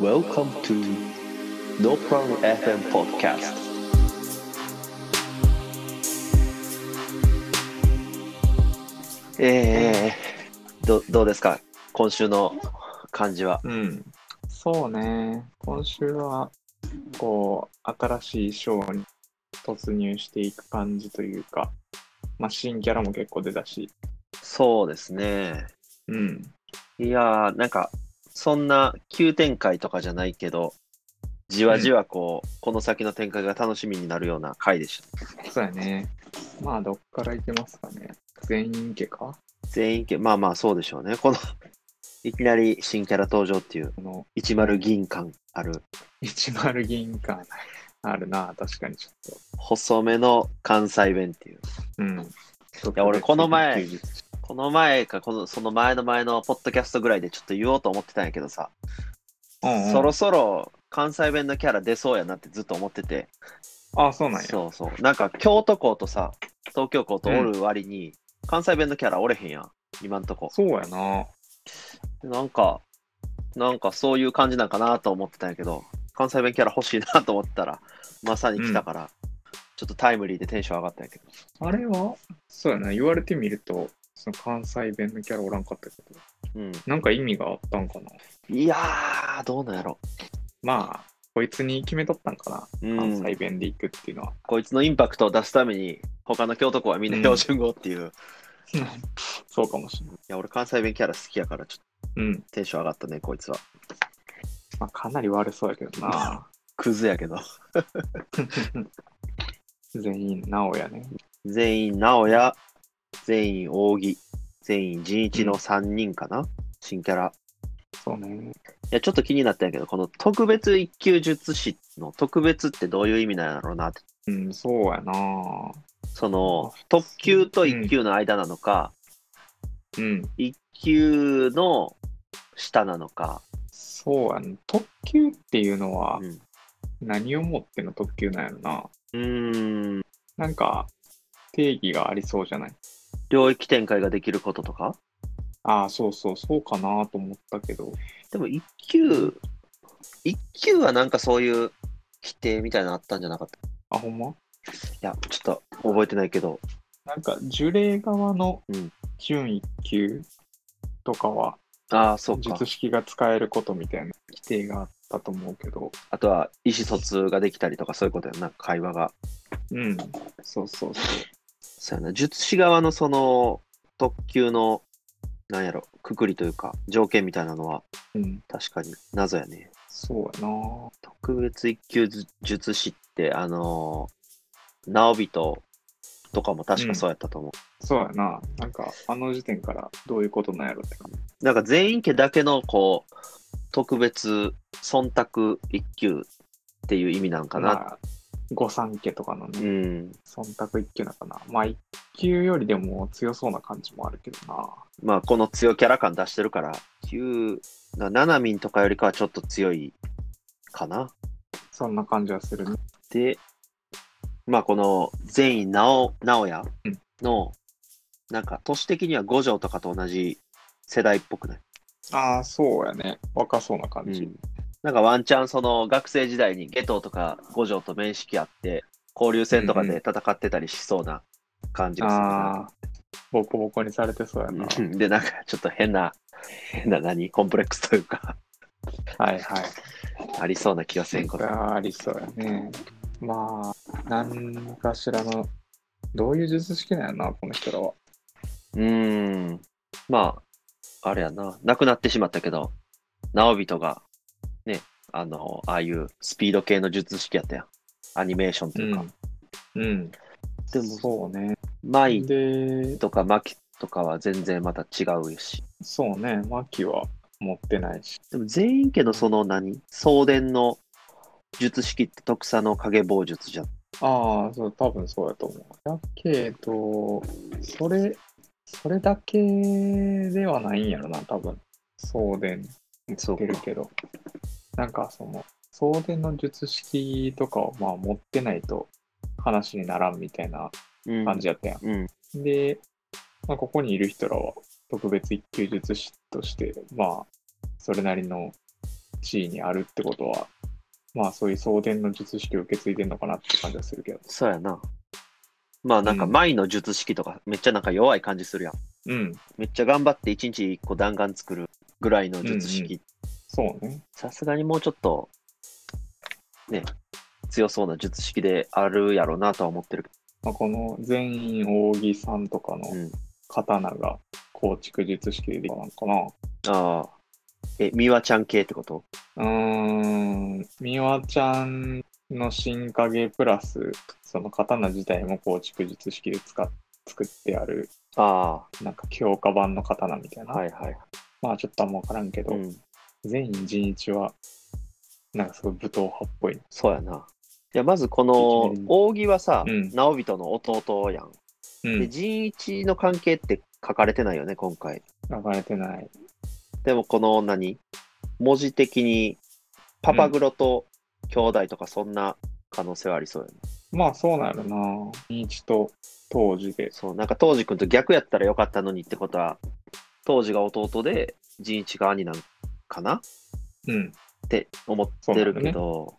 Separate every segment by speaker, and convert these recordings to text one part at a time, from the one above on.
Speaker 1: Welcome to No Problem FM Podcast. えー、どどうですか今週の感じは。
Speaker 2: うん、そうね、今週は、こう、新しい章に突入していく感じというか、まあ、新キャラも結構出たし、
Speaker 1: そうですね。
Speaker 2: うん、
Speaker 1: いやー、なんか、そんな急展開とかじゃないけど、じわじわこう、この先の展開が楽しみになるような回でした。
Speaker 2: そうやね。まあ、どっから行けますかね。全員家か
Speaker 1: 全員け、まあまあそうでしょうね。この、いきなり新キャラ登場っていう、
Speaker 2: この、
Speaker 1: 10銀感ある、
Speaker 2: 10銀館あるな、確かにちょっ
Speaker 1: 細めの関西弁っていう。
Speaker 2: と。うん。い
Speaker 1: や俺この前この前か、この、その前の前のポッドキャストぐらいでちょっと言おうと思ってたんやけどさ、
Speaker 2: うんうん
Speaker 1: そろそろ関西弁のキャラ出そうやなってずっと思ってて、
Speaker 2: あ、そうなんや。
Speaker 1: そうそう。なんか京都校とさ、東京校とおる割に、関西弁のキャラおれへんやん、今んとこ。
Speaker 2: そうやな。
Speaker 1: なんか、なんかそういう感じなんかなと思ってたんやけど、関西弁キャラ欲しいなと思ったら、まさに来たから、ちょっとタイムリーでテンション上がったんやけど。
Speaker 2: あれは、そうやな、言われてみると、その関西弁のキャラおらんかったけど、
Speaker 1: うん。
Speaker 2: なんか意味があったんかな。
Speaker 1: いやー、どうなんやろ。
Speaker 2: まあ、こいつに決めとったんか
Speaker 1: う
Speaker 2: な、関
Speaker 1: ん
Speaker 2: 西。弁で行くっていうのは。
Speaker 1: こいつのインパクトを出すために、他の京都校はみんな標準語っていう。い
Speaker 2: そうかもしれない。
Speaker 1: や、俺関西弁キャラ好きやから、ちょっ
Speaker 2: うん。
Speaker 1: とテンション上がったね、こいつは。
Speaker 2: まあ、かなり悪そうやけ どな。
Speaker 1: クズやけど。
Speaker 2: 全員、なおやね。
Speaker 1: 全員、直哉、全員、扇、全員、仁一の3人かな、新キャラ。
Speaker 2: そうね。
Speaker 1: いや、ちょっと気になったんやけど、この特別一級術師の特別ってどういう意味なんやろうなって。
Speaker 2: うん、そうやな。
Speaker 1: その、特級と一級の間なのか、
Speaker 2: うん。
Speaker 1: 一級の下なのか。
Speaker 2: そうやな。特急っていうのは
Speaker 1: う、ん。
Speaker 2: 何をもっての特急なんやろな。
Speaker 1: うーん。
Speaker 2: なんか、定義がありそうじゃない
Speaker 1: 領域展開ができることとか
Speaker 2: ああ、そうそう、そうかなと思ったけど。
Speaker 1: でも一級、一級はなんかそういう規定みたいなのあったんじゃなかった
Speaker 2: あ、ほんま
Speaker 1: いや、ちょっと覚えてないけど。
Speaker 2: なんか、樹齢側の
Speaker 1: うん
Speaker 2: 準一級とかは、
Speaker 1: ああ、そうか
Speaker 2: 術。式が使えることみたいな規定があったと思うけど、
Speaker 1: あとは意思疎通ができたりとかそういうことやんな、会話が。
Speaker 2: うん、そうそうそう。
Speaker 1: そうやな、術師側のその特急の、なんやろ、くくりというか、条件みたいなのは、
Speaker 2: うん、
Speaker 1: 確かに謎やね。
Speaker 2: そうやな。
Speaker 1: 特別一級術師って、あのー、直人とかも確かそうやったと思う。
Speaker 2: そうやな。なんか、あの時点からどういうことなんやろって感じ。
Speaker 1: なんか全員家だけの、こう、特別、忖度一級っていう意味なんかな。
Speaker 2: まあ、御三家とかの
Speaker 1: う
Speaker 2: ね、
Speaker 1: ん。
Speaker 2: 忖度一級なのかな。まあ、一級よりでも強そうな感じもあるけどな。
Speaker 1: まあ、この強キャラ感出してるから、9、なななみんとかよりかはちょっと強いかな。
Speaker 2: そんな感じはするね。
Speaker 1: で、まあこの善意直直哉
Speaker 2: うん
Speaker 1: の、なんか都市的には五条とかと同じ世代っぽくない、
Speaker 2: ああ、そうやね。若そうな感じ。
Speaker 1: なんかワンチャンその学生時代に下等とか五条と面識あって交流戦とかで戦ってたりしそうな感じがする
Speaker 2: あ
Speaker 1: な
Speaker 2: あ、ボコボコにされてそうやな。
Speaker 1: うん、でなんかちょっと変な変な何コンプレックスというか
Speaker 2: はいはい。
Speaker 1: ありそうな気がせんこ
Speaker 2: こ
Speaker 1: れ
Speaker 2: れはありそうやね。まあ、何かしらの、どういう術式なんやな、この人らは。
Speaker 1: うーん。まあ、あれやな。亡くなってしまったけど、直人が、ね、あの、ああいうスピード系の術式やったやん。アニメーションというか。
Speaker 2: うん。うん。
Speaker 1: でも
Speaker 2: そうね。
Speaker 1: マイ
Speaker 2: で、
Speaker 1: とかマキとかは全然また違うし。
Speaker 2: そうね、マキは持ってないし。
Speaker 1: でも全員家のその何送電の術式って特殊の影棒術じゃん。
Speaker 2: ああ、そう、多分そうやと思う。だけど、それ、それだけではないんやろな、多分。送電
Speaker 1: そう
Speaker 2: ってる
Speaker 1: か。
Speaker 2: けど。なんか、その、送電の術式とかを、まあ、持ってないと話にならんみたいな
Speaker 1: うん。
Speaker 2: 感じやったやん。
Speaker 1: うん。
Speaker 2: で、まあ、ここにいる人らは特別一級術師として、まあ、それなりの地位にあるってことは、まあそういう送電の術式を受け継いでんのかなって感じはするけど。
Speaker 1: そうやな。まあなんか
Speaker 2: うん
Speaker 1: 前の術式とかめっちゃなんか弱い感じするやん。
Speaker 2: うん、
Speaker 1: めっちゃ頑張って1日1個弾丸作るぐらいの術
Speaker 2: うん
Speaker 1: 式。
Speaker 2: そうね。
Speaker 1: さすがにもうちょっと、ね、強そうな術式であるやろうなとは思ってるけ
Speaker 2: まあ、この全員扇さんとか
Speaker 1: ど。う
Speaker 2: の
Speaker 1: ん。
Speaker 2: 刀が構築術式でできたのかな。
Speaker 1: ああ。え、美和ちゃん系ってこと
Speaker 2: うーん、みわちゃんの新影プラス、その刀自体も構築術式で使っ作ってある、
Speaker 1: あ
Speaker 2: なんか強化版の刀みたい
Speaker 1: あ、
Speaker 2: な。
Speaker 1: はいはい。
Speaker 2: まあちょっとあんまわからんけど、
Speaker 1: うん。
Speaker 2: 全員人一は、なんかすごい武闘派っぽい。
Speaker 1: そうやな。いや、まずこの扇はさ、
Speaker 2: うん
Speaker 1: 直人の弟やん。
Speaker 2: う
Speaker 1: で、
Speaker 2: ん、
Speaker 1: 仁一の関係って書かれてないよね、今回。
Speaker 2: 書かれてない。
Speaker 1: でもこの何文字的にパパグロと兄弟とかそんな可能性はありそうやね。
Speaker 2: まあそうなるな。人一と当時で。
Speaker 1: そう、なんか当時君と逆やったらよかったのにってことは、当時が弟で仁一が兄なんかなっ
Speaker 2: うん、
Speaker 1: て思ってるけど、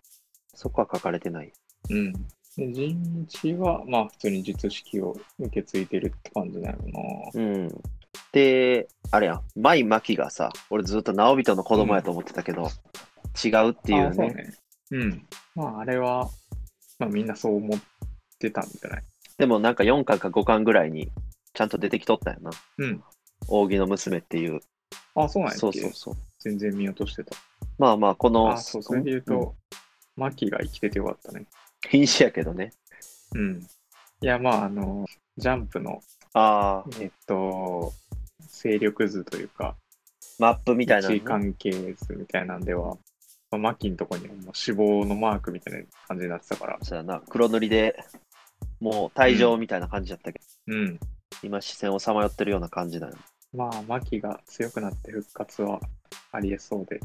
Speaker 1: そこは書かれてない。
Speaker 2: うん。で、人一は、まあ普通に術式を受け継いでるって感じなのな。
Speaker 1: うん。で、あれやん、舞真紀がさ、俺ずっと直人の子供やと思ってたけど、違うってい
Speaker 2: あ
Speaker 1: う
Speaker 2: そう
Speaker 1: ね。
Speaker 2: ね。うん。まあ、あれは、まあ、みんなそう思ってたんじゃない
Speaker 1: でもなんか4巻か5巻ぐらいにちゃんと出てきとったよな。
Speaker 2: うん。
Speaker 1: 扇の娘っていう。
Speaker 2: あ、そうなんやっけ
Speaker 1: そうそうそう。
Speaker 2: 全然見落としてた。
Speaker 1: まあまあ、この、
Speaker 2: あ、そう、それで言うと、マキが生きててよかったね。
Speaker 1: うん、瀕死やけどね。
Speaker 2: うん。いや、まあ、あの、ジャンプの、
Speaker 1: ああ、
Speaker 2: えっと、勢力図というか、
Speaker 1: マップみたいなの
Speaker 2: 位
Speaker 1: ね、
Speaker 2: 置関係図みたいなんでは、まあ、マキのとこにはもう死亡のマークみたいな感じになってたから、
Speaker 1: そうやな、黒塗りで、もう退場みたいな感じだったけど、
Speaker 2: うん。
Speaker 1: 今視線をさまよってるような感じなの。
Speaker 2: まあ、マキが強くなって復活はありえそうで、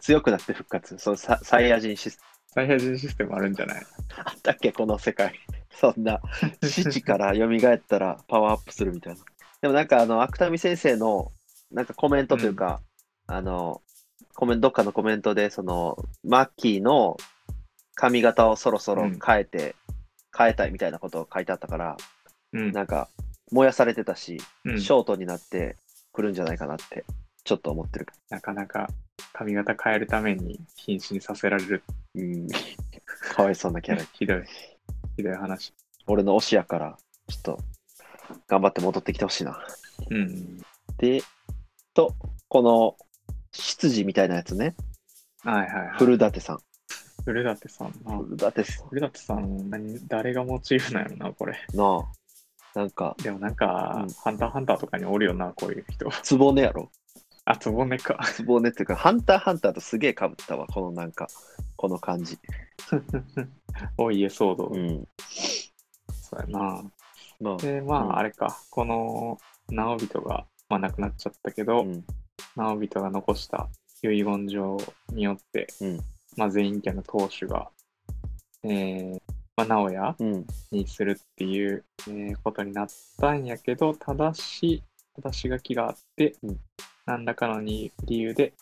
Speaker 1: 強くなって復活。そうササイヤ人システ
Speaker 2: サイヤ人システムあるんじゃない
Speaker 1: ム。あったっけ、この世界。 そんな、死地から蘇ったらパワーアップするみたいな。でもなんか、あの、芥見先生の、なんかコメントというか、あの、コメント、どっかのコメントで、その、マッキーの髪型をそろそろ変えて、変えたいみたいなことを書いてあったから、
Speaker 2: うん
Speaker 1: なんか、燃やされてたし、
Speaker 2: うん
Speaker 1: ショートになってくるんじゃないかなって、ちょっと思ってる。
Speaker 2: なかなか髪型変えるために瀕死にさせられる
Speaker 1: うん、 かわいそうな キャラ。
Speaker 2: ひどい、ひどい話。
Speaker 1: 俺の推しやから、ちょっと、頑張って戻ってきてほしいな。
Speaker 2: うん。
Speaker 1: で、と、この、執事みたいなやつね。
Speaker 2: はいはい、はい。
Speaker 1: 古舘さん。
Speaker 2: 古舘さんな。
Speaker 1: 古舘さ
Speaker 2: 古舘さん、何誰がモチーフなんやろな、これ。
Speaker 1: んの、なんか、
Speaker 2: でもなんか、
Speaker 1: うん
Speaker 2: ハンターハンターとかにおるよな、こういう人。
Speaker 1: つぼねやろ
Speaker 2: あ、つぼねか。
Speaker 1: つぼねっていうか、ハンターハンターとすげえかぶったわ、このなんか、この感じ。
Speaker 2: お家騒動。
Speaker 1: うん。
Speaker 2: そうやな。
Speaker 1: まあ、
Speaker 2: で、まあ、
Speaker 1: うん
Speaker 2: あれか。この、直人が、まあ、亡くなっちゃったけど、
Speaker 1: うん。
Speaker 2: 直人が残した遺言状によって、
Speaker 1: うん
Speaker 2: まあ、全員家の当主が、えーまあ、直哉
Speaker 1: うん。
Speaker 2: にするっていう、えーことになったんやけど、ただし、ただし書きがあって、
Speaker 1: うん
Speaker 2: 何らかのに理由で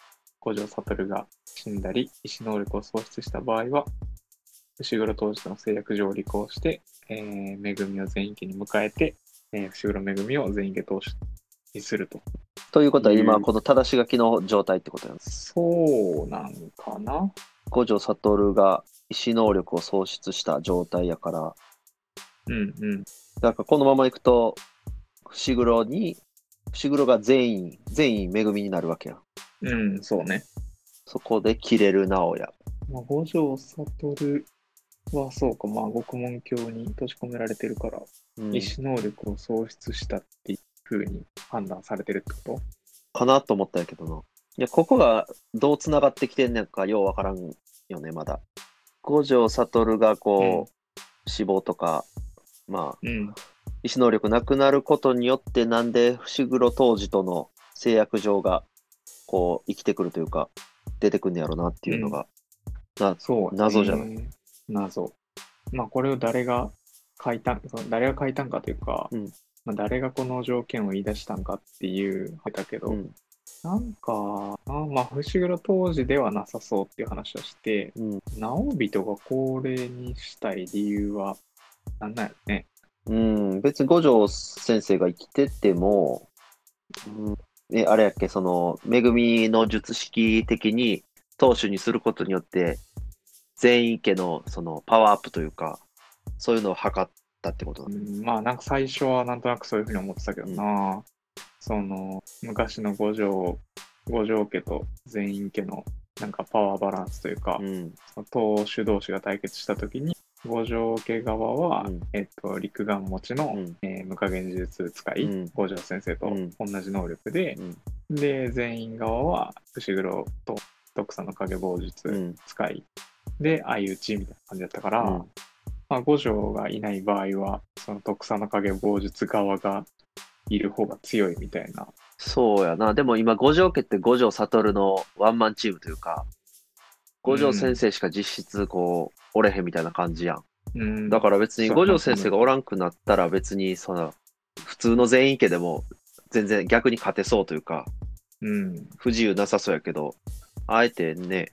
Speaker 2: 五条悟が死んだり、意思能力を喪失した場合は、伏黒当時との制約上を履行して、えー、恵みを全員家に迎えて、えー、伏黒恵みを全員家当主にすると。
Speaker 1: ということは、今、
Speaker 2: うん
Speaker 1: この正し書きの状態ってことやん。
Speaker 2: そうなんかな
Speaker 1: 五条悟が意思能力を喪失した状態やから、
Speaker 2: うんうん。
Speaker 1: だからこのままいくと、伏黒に、伏黒が全員、全員恵みになるわけやん。
Speaker 2: うん、そうね。
Speaker 1: そこで切れる直哉。
Speaker 2: まあ、五条悟はそうか、まあ、獄門教に閉じ込められてるから、
Speaker 1: うん
Speaker 2: 意思能力を喪失したっていうふうに判断されてるってこ
Speaker 1: かなと思ったんやけどな。いや、ここがどうつながってきてんねんか、ようわからんよね、まだ。五条悟がこう、死亡とか、まあ、
Speaker 2: とうん。
Speaker 1: 意思能力なくなることによって、なんで伏黒当時との制約上が、こう、生きてくるというか、出てくんねやろなっていうのが、な
Speaker 2: そう、。
Speaker 1: 謎じゃない
Speaker 2: 謎。まあ、これを誰が書いたん、その誰が書いたんかというか、
Speaker 1: うん
Speaker 2: まあ、誰がこの条件を言い出したんかっていう、だけど、
Speaker 1: うん、
Speaker 2: なんか、あまあ、伏黒当時ではなさそうっていう話をして、
Speaker 1: うん。
Speaker 2: 直人が高齢にしたい理由は何なんやろね。
Speaker 1: うん、別に五条先生が生きてても、うん、ね、あれやっけ、その、恵みの術式的に当主にすることによって、全員家のそのパワーアップというか、そういうのを測ったってことだ
Speaker 2: う。ん、まあなんか最初はなんとなくそういうふうに思ってたけどな、その昔の五条五条家と全員家のなんかパワーバランスというか、
Speaker 1: うん。
Speaker 2: その当主同士が対決した時に五条家側は、
Speaker 1: うん
Speaker 2: えっと、陸眼持ちの、
Speaker 1: うん
Speaker 2: えー無加減呪術使い、
Speaker 1: うん
Speaker 2: 五条先生と
Speaker 1: うん
Speaker 2: 同じ能力で
Speaker 1: う、ん。
Speaker 2: で全員側は伏黒と徳さんの影棒
Speaker 1: う
Speaker 2: 術
Speaker 1: ん。
Speaker 2: 使い、で相打ちみたいな感じだったから、
Speaker 1: うん
Speaker 2: まあ、五条がいない場合は、その徳さの影棒術側がいる方が強いみたいな。
Speaker 1: そうやな。でも今、五条家って五条悟のワンマンチームというか、五条先生しか実質こう、おれへんみたいな感じやん。
Speaker 2: うん
Speaker 1: だから別に
Speaker 2: そう
Speaker 1: 五条先生がおらんくなったら別にその普通の全員家でも全然逆に勝てそうというか
Speaker 2: うん。
Speaker 1: 不自由なさそうやけどあえてね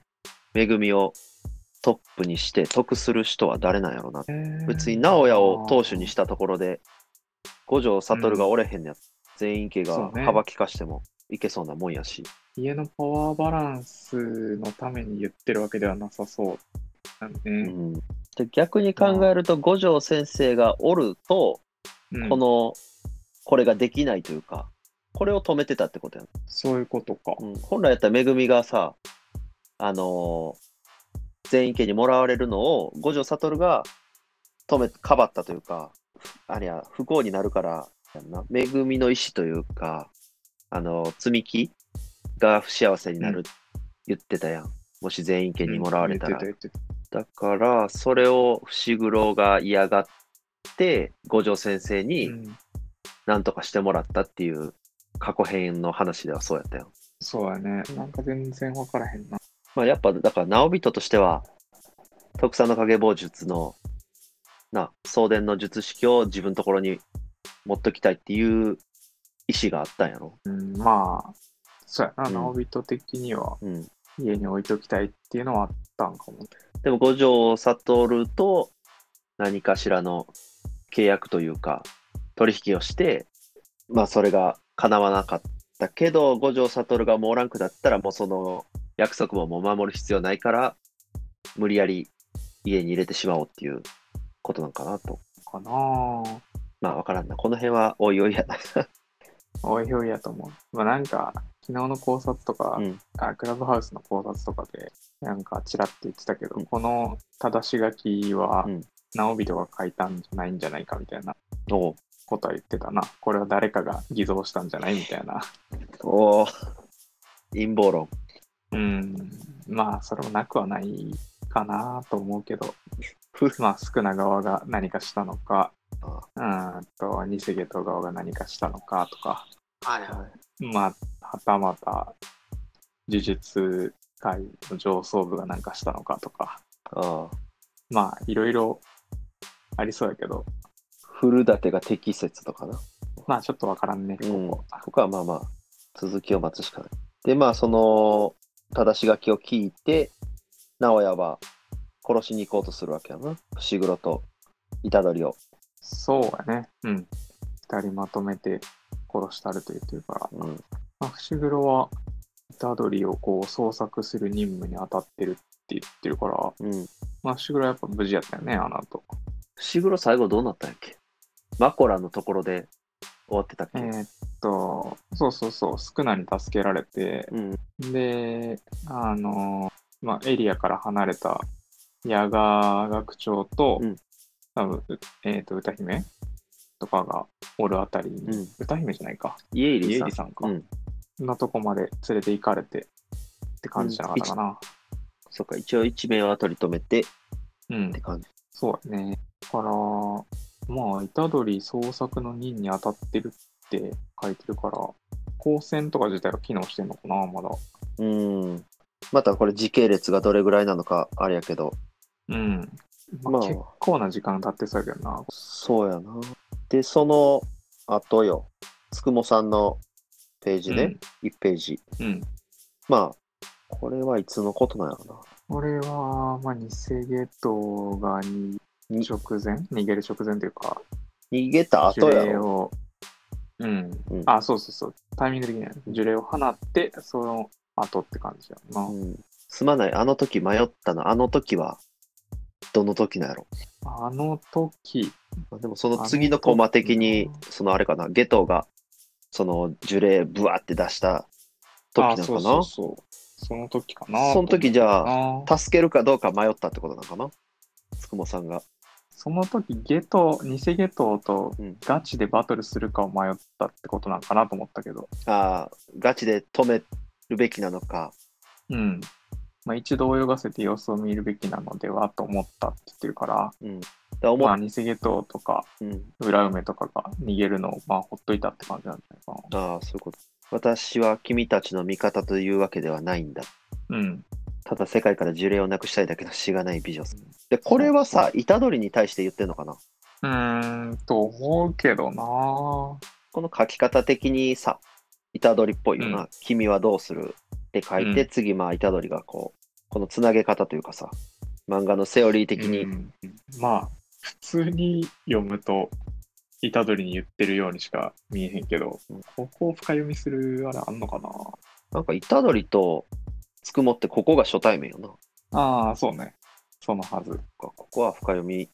Speaker 1: 恵みをトップにして得する人は誰なんやろな別に直哉を当主にしたところで五条悟がおれへんのやつ、全員家が
Speaker 2: そうね
Speaker 1: 幅利かしてもいけそうなもんやし
Speaker 2: 家のパワーバランスのために言ってるわけではなさそうなんで
Speaker 1: う、
Speaker 2: ね。
Speaker 1: んで逆に考えると五条先生がおると
Speaker 2: うん
Speaker 1: この、これができないというかこれを止めてたってことやな
Speaker 2: そういうことか。
Speaker 1: うん本来やったらめぐみがさあのー全員家にもらわれるのを五条悟が止めかばったというかありゃ不幸になるからやんなめぐみの意思というかあのー積み木が不幸せになる、
Speaker 2: う
Speaker 1: 言ってたやんもし全員家にもらわれたら、
Speaker 2: うん言ってた言って
Speaker 1: だからそれを伏黒が嫌がって五条先生に
Speaker 2: たうん
Speaker 1: 何とかしてもらったっていう過去編の話ではそうやったよ
Speaker 2: そうやね。なんか全然わからへんな。
Speaker 1: まあ、やっぱだから直人としては特産の影棒術のな送電の術式を自分のところに持っときたいっていう意思があったんやろ、
Speaker 2: うん、まあ、そうやな。
Speaker 1: うん
Speaker 2: 直人的には
Speaker 1: うん、
Speaker 2: 家に置いときたいっていうのはあったんかもね。
Speaker 1: でも五条悟と何かしらの契約というか取引をしてまあそれが叶わなかったけど五条悟がもうおらんくだったらもうその約束ももう守る必要ないから無理やり家に入れてしまおうっていうことなんかなと
Speaker 2: かなぁ。
Speaker 1: まあ、わからんな。この辺は、おいおいやな。
Speaker 2: おいおいやと思う。まあなんか、昨日の考察とか、
Speaker 1: うん
Speaker 2: あクラブハウスの考察とかで、なんかちらっと言ってたけど、
Speaker 1: うん
Speaker 2: この正し書きは、
Speaker 1: うん
Speaker 2: 直人が書いたんじゃないんじゃないかみたいな
Speaker 1: おう
Speaker 2: ことは言ってたな。これは誰かが偽造したんじゃないみたいな。
Speaker 1: おう陰謀論。
Speaker 2: うん。まあ、それもなくはないかなと思うけど、まあ、少な側が何かしたのか、
Speaker 1: あ
Speaker 2: うーんと、偽ゲト側が何かしたのかとか、
Speaker 1: はいは
Speaker 2: まあ、はたまた、呪術界の上層部がなんかしたのかとか、
Speaker 1: ああ
Speaker 2: まあ、いろいろありそうやけど、
Speaker 1: 古舘が適切とかな。
Speaker 2: まあ、ちょっとわからんね、こ
Speaker 1: うん
Speaker 2: こ。
Speaker 1: ここはまあまあ、続きを待つしかない。で、まあ、その、正し書きを聞いて、直哉は殺しに行こうとするわけやな。伏黒と虎杖を。
Speaker 2: そうやね。うん。二人まとめて殺したると言ってるから、
Speaker 1: うん。
Speaker 2: まあ、伏黒は、虎杖をこう捜索する任務に当たってるって言ってるから、
Speaker 1: うん。
Speaker 2: まあ、伏黒はやっぱ無事やったよね、あの後。
Speaker 1: 伏黒最後どうなったんやっけマコラのところで終わってたっ
Speaker 2: え
Speaker 1: け、
Speaker 2: ーっと、そうそうそう、宿儺に助けられて、
Speaker 1: うん。
Speaker 2: で、あの、まあ、エリアから離れた矢賀学長と、
Speaker 1: うん
Speaker 2: 多分うえっ、と、歌姫とかがおるあたりに、
Speaker 1: うん。
Speaker 2: 歌姫じゃないか、
Speaker 1: 家入さん
Speaker 2: 家入。さんか、
Speaker 1: うん。
Speaker 2: のとこまで連れて行かれてって感じじゃなかったかな。
Speaker 1: そっか、一応一命は取り留めてっ
Speaker 2: うん、
Speaker 1: て感じ。
Speaker 2: そうやね。だから、まあ、虎杖捜索の任に当たってるって書いてるから、光線とか自体が機能してんのかな、まだ。
Speaker 1: うん。またこれ時系列がどれぐらいなのかあれやけど。
Speaker 2: うん。
Speaker 1: ま
Speaker 2: ま
Speaker 1: あ
Speaker 2: あ、結構な時間経ってそうやけどな。
Speaker 1: そうやな。で、その後よ。つくもさんのページね、1ページ。
Speaker 2: うん。うん。
Speaker 1: まあ、これはいつのことなんやろ
Speaker 2: これは、まあ、ニセゲトがに
Speaker 1: に
Speaker 2: 直前、逃げる直前というか、
Speaker 1: な。逃げた後や
Speaker 2: 呪霊
Speaker 1: ろ。
Speaker 2: を、うん。
Speaker 1: うん
Speaker 2: あ、そうそうそう。タイミング的には呪霊を放って、その後って感じやな。
Speaker 1: うんすまない。あの時迷ったの。あの時は、どの時なんやろ。
Speaker 2: あの時、
Speaker 1: まあでもその次のコマ的に
Speaker 2: あの、
Speaker 1: そのあれかな、ゲトが、その呪霊ブワーって出した時なの
Speaker 2: あ、
Speaker 1: かな。
Speaker 2: そ
Speaker 1: そう
Speaker 2: そうそう。その時かな。
Speaker 1: の時じゃあ、
Speaker 2: あ
Speaker 1: 助けるかどうか迷ったってことなのかなつくもさんが。
Speaker 2: その時ゲト、偽ゲトと
Speaker 1: うん
Speaker 2: ガチでバトルするかを迷ったってことなんかなと思ったけど、
Speaker 1: ああ、ガチで止めるべきなのか。
Speaker 2: うん。まあ、一度泳がせて様子を見るべきなのではと思ったって言ってるから、
Speaker 1: だ思っ
Speaker 2: まあ、偽ゲトとか
Speaker 1: うん、
Speaker 2: 裏梅とかが逃げるのを、まあ、ほっといたって感じなんじゃないか
Speaker 1: ああ、そういうこと。私は君たちの味方というわけではないんだ。
Speaker 2: な。うん。
Speaker 1: ただ世界から呪霊をなくしたいだけのしがない美女さん。で、これはさ、虎杖に対して言ってるのかな
Speaker 2: うーん、と思うけどな
Speaker 1: この書き方的にさ、虎杖っぽいよな、
Speaker 2: うん
Speaker 1: 君はどうするって書いて、
Speaker 2: うん
Speaker 1: 次、まあ、虎杖がこう、このつなげ方というかさ、漫画のセオリー的
Speaker 2: う
Speaker 1: に、
Speaker 2: んまあ、普通に読むと、虎杖に言ってるようにしか見えへんけど、ここを深読みするあれあんのかな
Speaker 1: なんか虎杖とつくもってここが初対面よな。
Speaker 2: ああ、そうね。そのはず。
Speaker 1: ここは深読み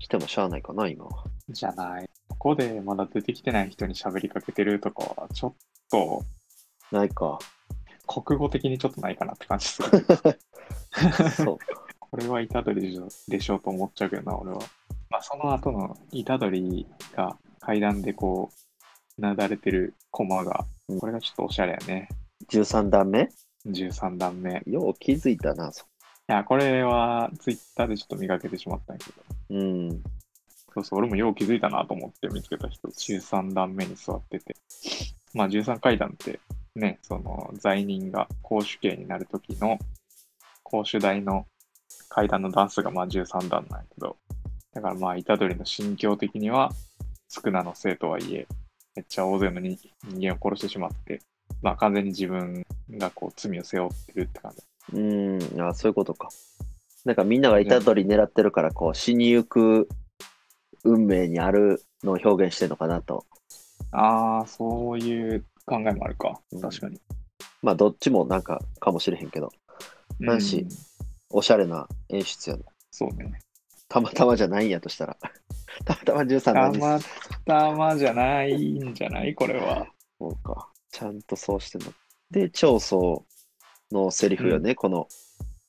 Speaker 1: してもしゃあないかな、今は。
Speaker 2: じゃない。ここでまだ出てきてない人に喋りかけてるとかは、ちょっと、
Speaker 1: ないか。
Speaker 2: 国語的にちょっとないかなって感じす る。
Speaker 1: そう。
Speaker 2: これは虎杖でしょでしょうと思っちゃうけどな、俺は。まあ、その後の虎杖が階段でこう、なだれてる駒が
Speaker 1: うん、
Speaker 2: これがちょっとおしゃれやね。
Speaker 1: 13段目
Speaker 2: 13段目。い
Speaker 1: よう気づいたな、そ
Speaker 2: や、これはツイッターでちょっと見かけてしまったんやけど。
Speaker 1: うん。
Speaker 2: そうそう、俺もよう気づいたなと思って見つけた人、13段目に座ってて。まあ、13階段って、ね、その、罪人が公主刑になる時の、公主台の階段の段数がまあ13段なんやけど、だからまあ、虎杖の心境的には、宿儺の生とはいえ、めっちゃ大勢の人人間を殺してしまって、まあ、完全に自分がこう、罪を背負ってるって感じ。
Speaker 1: うん、あそういうことか。なんかみんなが虎杖狙ってるから、こう、死にゆく運命にあるのを表現してるのかなと。
Speaker 2: ああ、そういう考えもあるか
Speaker 1: うん。
Speaker 2: 確かに。
Speaker 1: まあ、どっちもなんかかもしれへんけど、なんし
Speaker 2: うん
Speaker 1: おしゃれな演出よね。
Speaker 2: そうね。
Speaker 1: たまたまじゃないんやとしたら。 たまたま13
Speaker 2: た
Speaker 1: 段目
Speaker 2: またまじゃないんじゃないこれは。
Speaker 1: そうか。ちゃんとそうしてんの。で、長宗のセリフよね、この、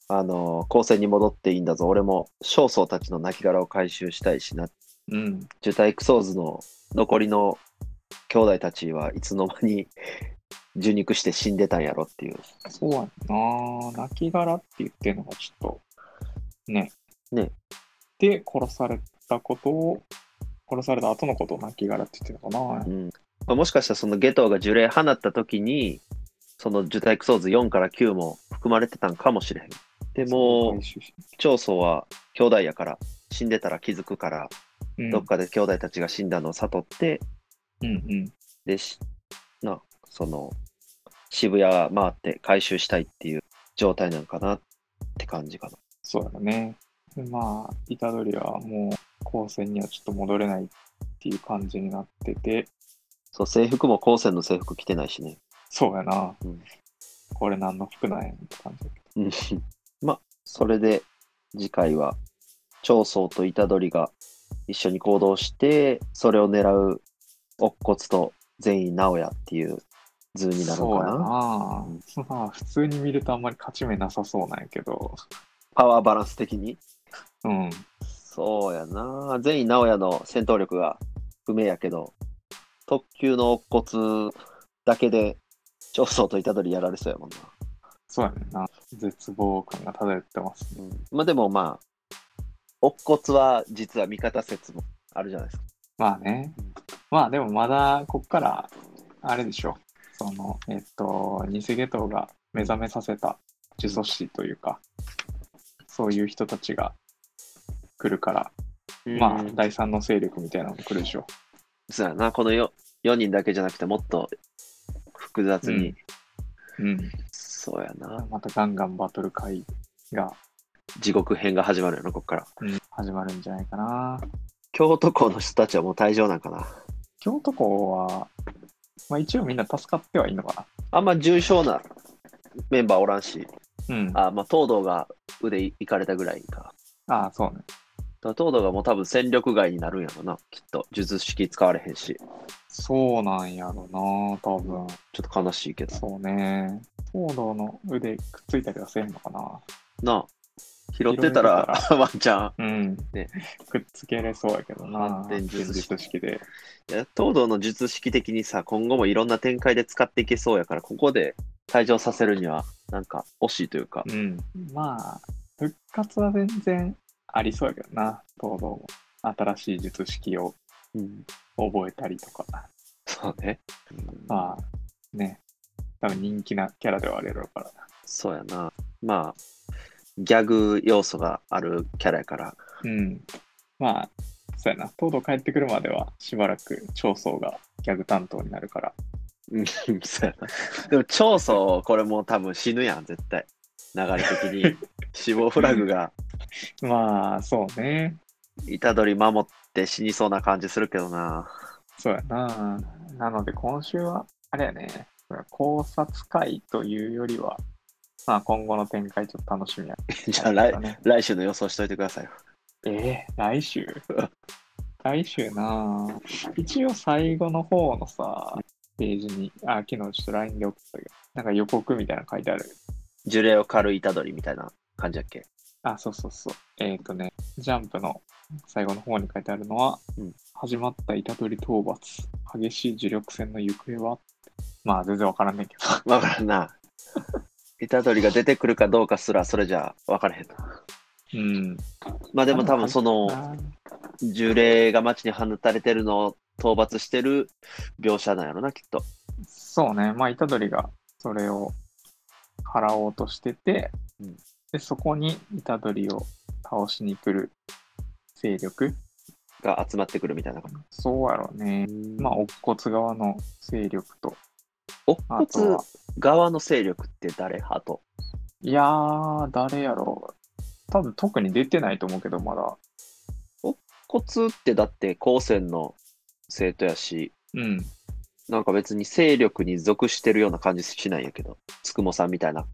Speaker 1: あの、高専に戻っていいんだぞ。俺も長宗たちの亡骸を回収したいしな。
Speaker 2: うん。
Speaker 1: 受胎クソーズの残りの兄弟たちはいつの間に受肉して死んでたんやろっていう。
Speaker 2: そうやんな。亡きって言ってるのがちょっと、ね。
Speaker 1: ね。
Speaker 2: で、殺されたことを、殺された後のことを亡きって言ってるのかな
Speaker 1: う。んまあもしかしたらそのゲトウが呪霊放った時に、その受胎クソーズ4から9も含まれてたんかもしれへん。でも
Speaker 2: 回、収し
Speaker 1: 長宗は兄弟やから、死んでたら気づくから、
Speaker 2: うん、
Speaker 1: どっかで兄弟たちが死んだのを悟って、
Speaker 2: うんうん。
Speaker 1: でし、な、その、渋谷回って回収したいっていう状態なのかなって感じかな。
Speaker 2: そうやろね。でまあ、虎杖はもう、高専にはちょっと戻れないっていう感じになってて、
Speaker 1: そう、制服も高専の制服着てないしね。
Speaker 2: そうやな。
Speaker 1: うん
Speaker 2: これ何の服なんやねんって感じだけど。
Speaker 1: うん ま、それで、次回は、長宗と虎杖が一緒に行動して、それを狙う、乙骨と全員直哉っていう図になるのかな。
Speaker 2: そう やな、まあ普通に見るとあんまり勝ち目なさそうなんやけど
Speaker 1: パワーバランス的に。
Speaker 2: うん
Speaker 1: そうやな。全員直哉の戦闘力が不明やけど、特急の乙骨だけで、長宗と虎杖やられそうやもんな。
Speaker 2: そうやねんな絶望感が漂ってますね
Speaker 1: うん、まあでもまあ、乙骨は実は味方説もあるじゃないですか。
Speaker 2: まあねまあでもまだこっからあれでしょそのえっと偽ゲトウが目覚めさせた呪詛師というかそういう人たちが来るから、まあ第三の勢力みたいなのも来るでしょ
Speaker 1: そうやな、この 4, 人だけじゃなくて、もっと複雑に。
Speaker 2: うんうん。
Speaker 1: そうやな。
Speaker 2: またガンガンバトル会が、
Speaker 1: 地獄編が始まるよな、こっから。
Speaker 2: うん始まるんじゃないかな。
Speaker 1: 京都校の人たちはもう退場なんかな。
Speaker 2: 京都校は、まあ一応みんな助かってはいいのか
Speaker 1: あんま重症なメンバーおらんし、
Speaker 2: な。うん。あ
Speaker 1: あまあ、東堂が腕いいかれたぐらいか。
Speaker 2: あ、そうね。
Speaker 1: だから東堂がもう多分戦力外になるんやろな、きっと。術式使われへんし。
Speaker 2: そうなんやろな、多分。
Speaker 1: ちょっと悲しいけど。
Speaker 2: そうね。東堂の腕くっついたりはせんのか
Speaker 1: な
Speaker 2: な。
Speaker 1: あ。拾ってたら、 ワンちゃん。
Speaker 2: うん。
Speaker 1: ね
Speaker 2: くっつけれそうやけどな。
Speaker 1: 反転術式
Speaker 2: 術式で。
Speaker 1: いや東堂の術式的にさ、今後もいろんな展開で使っていけそうやから、ここで退場させるには、なんか惜しいというか、
Speaker 2: うん。まあ、復活は全然ありそうやけどな、東堂も。新しい術式を覚えたりとか。
Speaker 1: そうね。
Speaker 2: まあ、ね。多分人気なキャラではあるやろうからな。
Speaker 1: そうやな。まあ、ギャグ要素があるキャラやから、
Speaker 2: うん。まあ、そうやな。東堂帰ってくるまでは、しばらく長宗がギャグ担当になるから。
Speaker 1: うんそうやな。でも、長宗、これもう多分死ぬやん、絶対。流れ的 に。死亡フラグが、
Speaker 2: まあ、そうね。
Speaker 1: 虎杖守って死にそうな感じするけどな。
Speaker 2: そうやな。なので今週は、あれやね、考察会というよりは、まあ今後の展開ちょっと楽しみや、
Speaker 1: じゃあ来、来週の予想しといてくださいよ。
Speaker 2: えー、来週来週な一応最後の方のさ、ページに、あ、昨日ちょっと LINE で送ったけど、なんか予告みたいなの書いてある。
Speaker 1: 呪霊を狩る虎杖みたいな感じやっけ
Speaker 2: あ、そうそうそう。えっ、とね、ジャンプの最後の方に書いてあるのは、
Speaker 1: うん
Speaker 2: 始まった虎杖討伐、激しい呪力戦の行方はまあ全然わからんねんけど。
Speaker 1: わからんな。虎杖が出てくるかどうかすら、それじゃ分からへんな。
Speaker 2: うん。
Speaker 1: まあでも多分その
Speaker 2: あー
Speaker 1: 呪霊が街に放たれてるのを討伐してる描写なんやろな、きっと。
Speaker 2: そうね、まあ、虎杖がそれを払おうとしてて、
Speaker 1: うん
Speaker 2: でそこに虎杖を倒しに来る勢力、
Speaker 1: が集まってくるみたいな感
Speaker 2: そうやろね、
Speaker 1: じ。
Speaker 2: まあ、乙骨側の勢力と、
Speaker 1: 乙
Speaker 2: あと
Speaker 1: 骨
Speaker 2: は、
Speaker 1: 側の勢力って誰あと。
Speaker 2: いやー、誰やろう、多分特に出てないと思うけど、まだ、
Speaker 1: 骨ってだって高専の生徒やし、
Speaker 2: うん、
Speaker 1: なんか別に勢力に属してるような感じしないんやけど、つくもさんみたいな。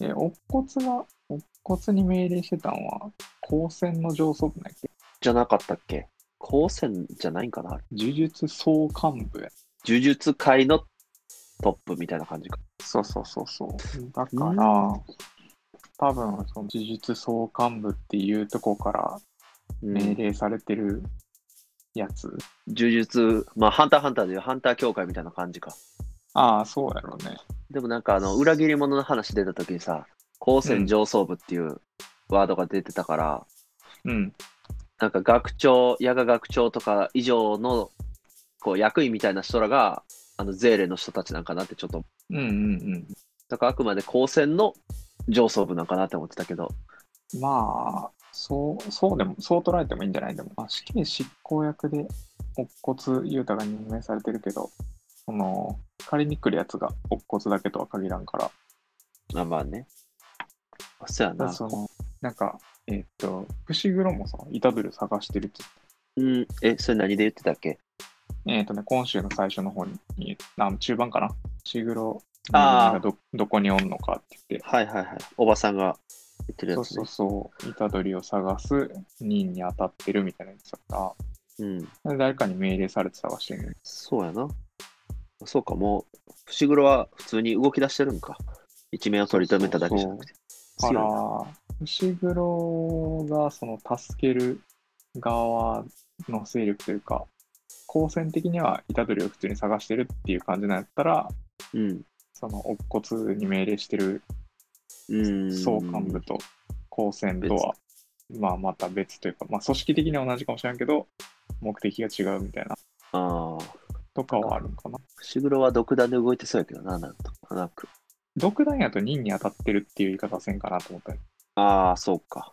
Speaker 2: え乙骨が、乙骨に命令してたんは、光線の上層部なんやっけ
Speaker 1: じゃなかったっけ高専じゃないんかなあれ
Speaker 2: 呪術総幹部や。
Speaker 1: 呪術界のトップみたいな感じか。
Speaker 2: そうそうそうそう。だから、
Speaker 1: うん
Speaker 2: 多分その呪術総幹部っていうとこから
Speaker 1: うん
Speaker 2: 命令されてるやつ。
Speaker 1: 呪術、まあ、ハンターハンターでいうハンター協会みたいな感じか。
Speaker 2: ああ、そうやろうね。
Speaker 1: でもなんか、あの、裏切り者の話出た時にさ、高専上層部っていうワードが出てたから、
Speaker 2: うん。
Speaker 1: なんか学長、矢賀学長とか以上の、こう、役員みたいな人らが、あの、ゼーレの人たちなんかなってちょっと、
Speaker 2: うんうん
Speaker 1: だからあくまで高専の上層部なんかなって思ってたけど、
Speaker 2: うん。まあ、そう、そうでも、そう捉えてもいいんじゃないでも、まあ、死刑執行役で、乙骨雄太が任命されてるけど、その、借りに来るやつが乙骨だけとは限らんから、
Speaker 1: まあまあね。そうや
Speaker 2: だから
Speaker 1: な。
Speaker 2: その、なんか、えーっと、伏黒もさ、イタブル探してるって
Speaker 1: うん、え、それ何で言ってたっけ
Speaker 2: えっ、とね、今週の最初の方に、あ中盤かな石黒
Speaker 1: あー
Speaker 2: がどどこにおんのかって言って、
Speaker 1: はいはいはい。おばさんが言ってるや
Speaker 2: そう
Speaker 1: つ、ね。
Speaker 2: そうそう、虎杖を探す任に当たってるみたいなやつだか
Speaker 1: うん。
Speaker 2: ら、誰かに命令されて探してる。
Speaker 1: そうやな。そうか、もう、伏黒は普通に動き出してるんか。一面を取り留めただけじゃなくて。
Speaker 2: か
Speaker 1: 強い
Speaker 2: ら
Speaker 1: な、
Speaker 2: 伏黒がその助ける側の勢力というか、光線的には虎杖を普通に探してるっていう感じなんやったら、
Speaker 1: うん。
Speaker 2: その乙骨に命令してる
Speaker 1: うん。
Speaker 2: 総幹部と高専とは、まあまた別というか、まあ組織的には同じかもしれんけど、目的が違うみたいな、
Speaker 1: ああ。
Speaker 2: とかはあるのかな。
Speaker 1: 伏黒は独断で動いてそうやけどな、なんとなく。
Speaker 2: 独断やと任に当たってるっていう言い方はせんかなと思ったり。
Speaker 1: ああ、そうか。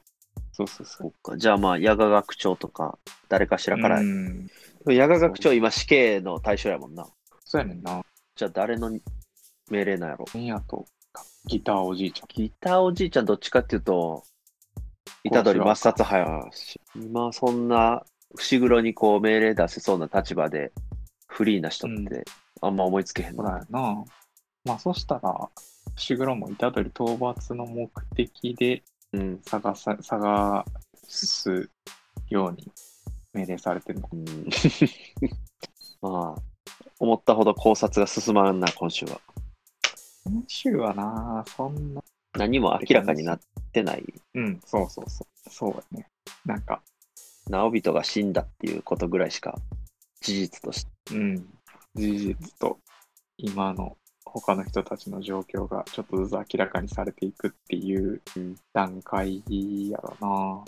Speaker 2: そうそうそ。
Speaker 1: そうっか。じゃあまあ、矢賀学長とか、誰かしらから。
Speaker 2: う
Speaker 1: で
Speaker 2: ん。
Speaker 1: も矢賀学長、今、死刑の対象やもんな。
Speaker 2: そうやねんな。
Speaker 1: じゃあ、誰の命令なんやろ。
Speaker 2: 何やとか、ギターおじいちゃん。
Speaker 1: ギターおじいちゃんどっちかっていうと、虎杖抹殺派やし、今そんな伏黒にこう命令出せそうな立場でフリーな人ってあんま思いつけへん
Speaker 2: そう
Speaker 1: な。
Speaker 2: だよな。まあ、そしたら、伏黒も虎杖討伐の目的で
Speaker 1: うん。
Speaker 2: 探さ探すように命令されてるの
Speaker 1: うん まあ、思ったほど考察が進まんな、今週は。
Speaker 2: 今週はな、そんな。
Speaker 1: 何も明らかになってない。
Speaker 2: うん、そうそうそう。そうやね。なんか、
Speaker 1: 直人が死んだっていうことぐらいしか事実として。
Speaker 2: うん、事実と今の他の人たちの状況がちょっとずつ明らかにされていくっていう
Speaker 1: うん
Speaker 2: 段階やろな。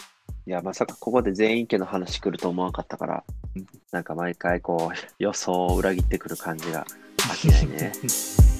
Speaker 1: いや、まさかここで全員家の話来ると思わんかったから
Speaker 2: うん、
Speaker 1: なんか毎回こう予想を裏切ってくる感じが飽きないね。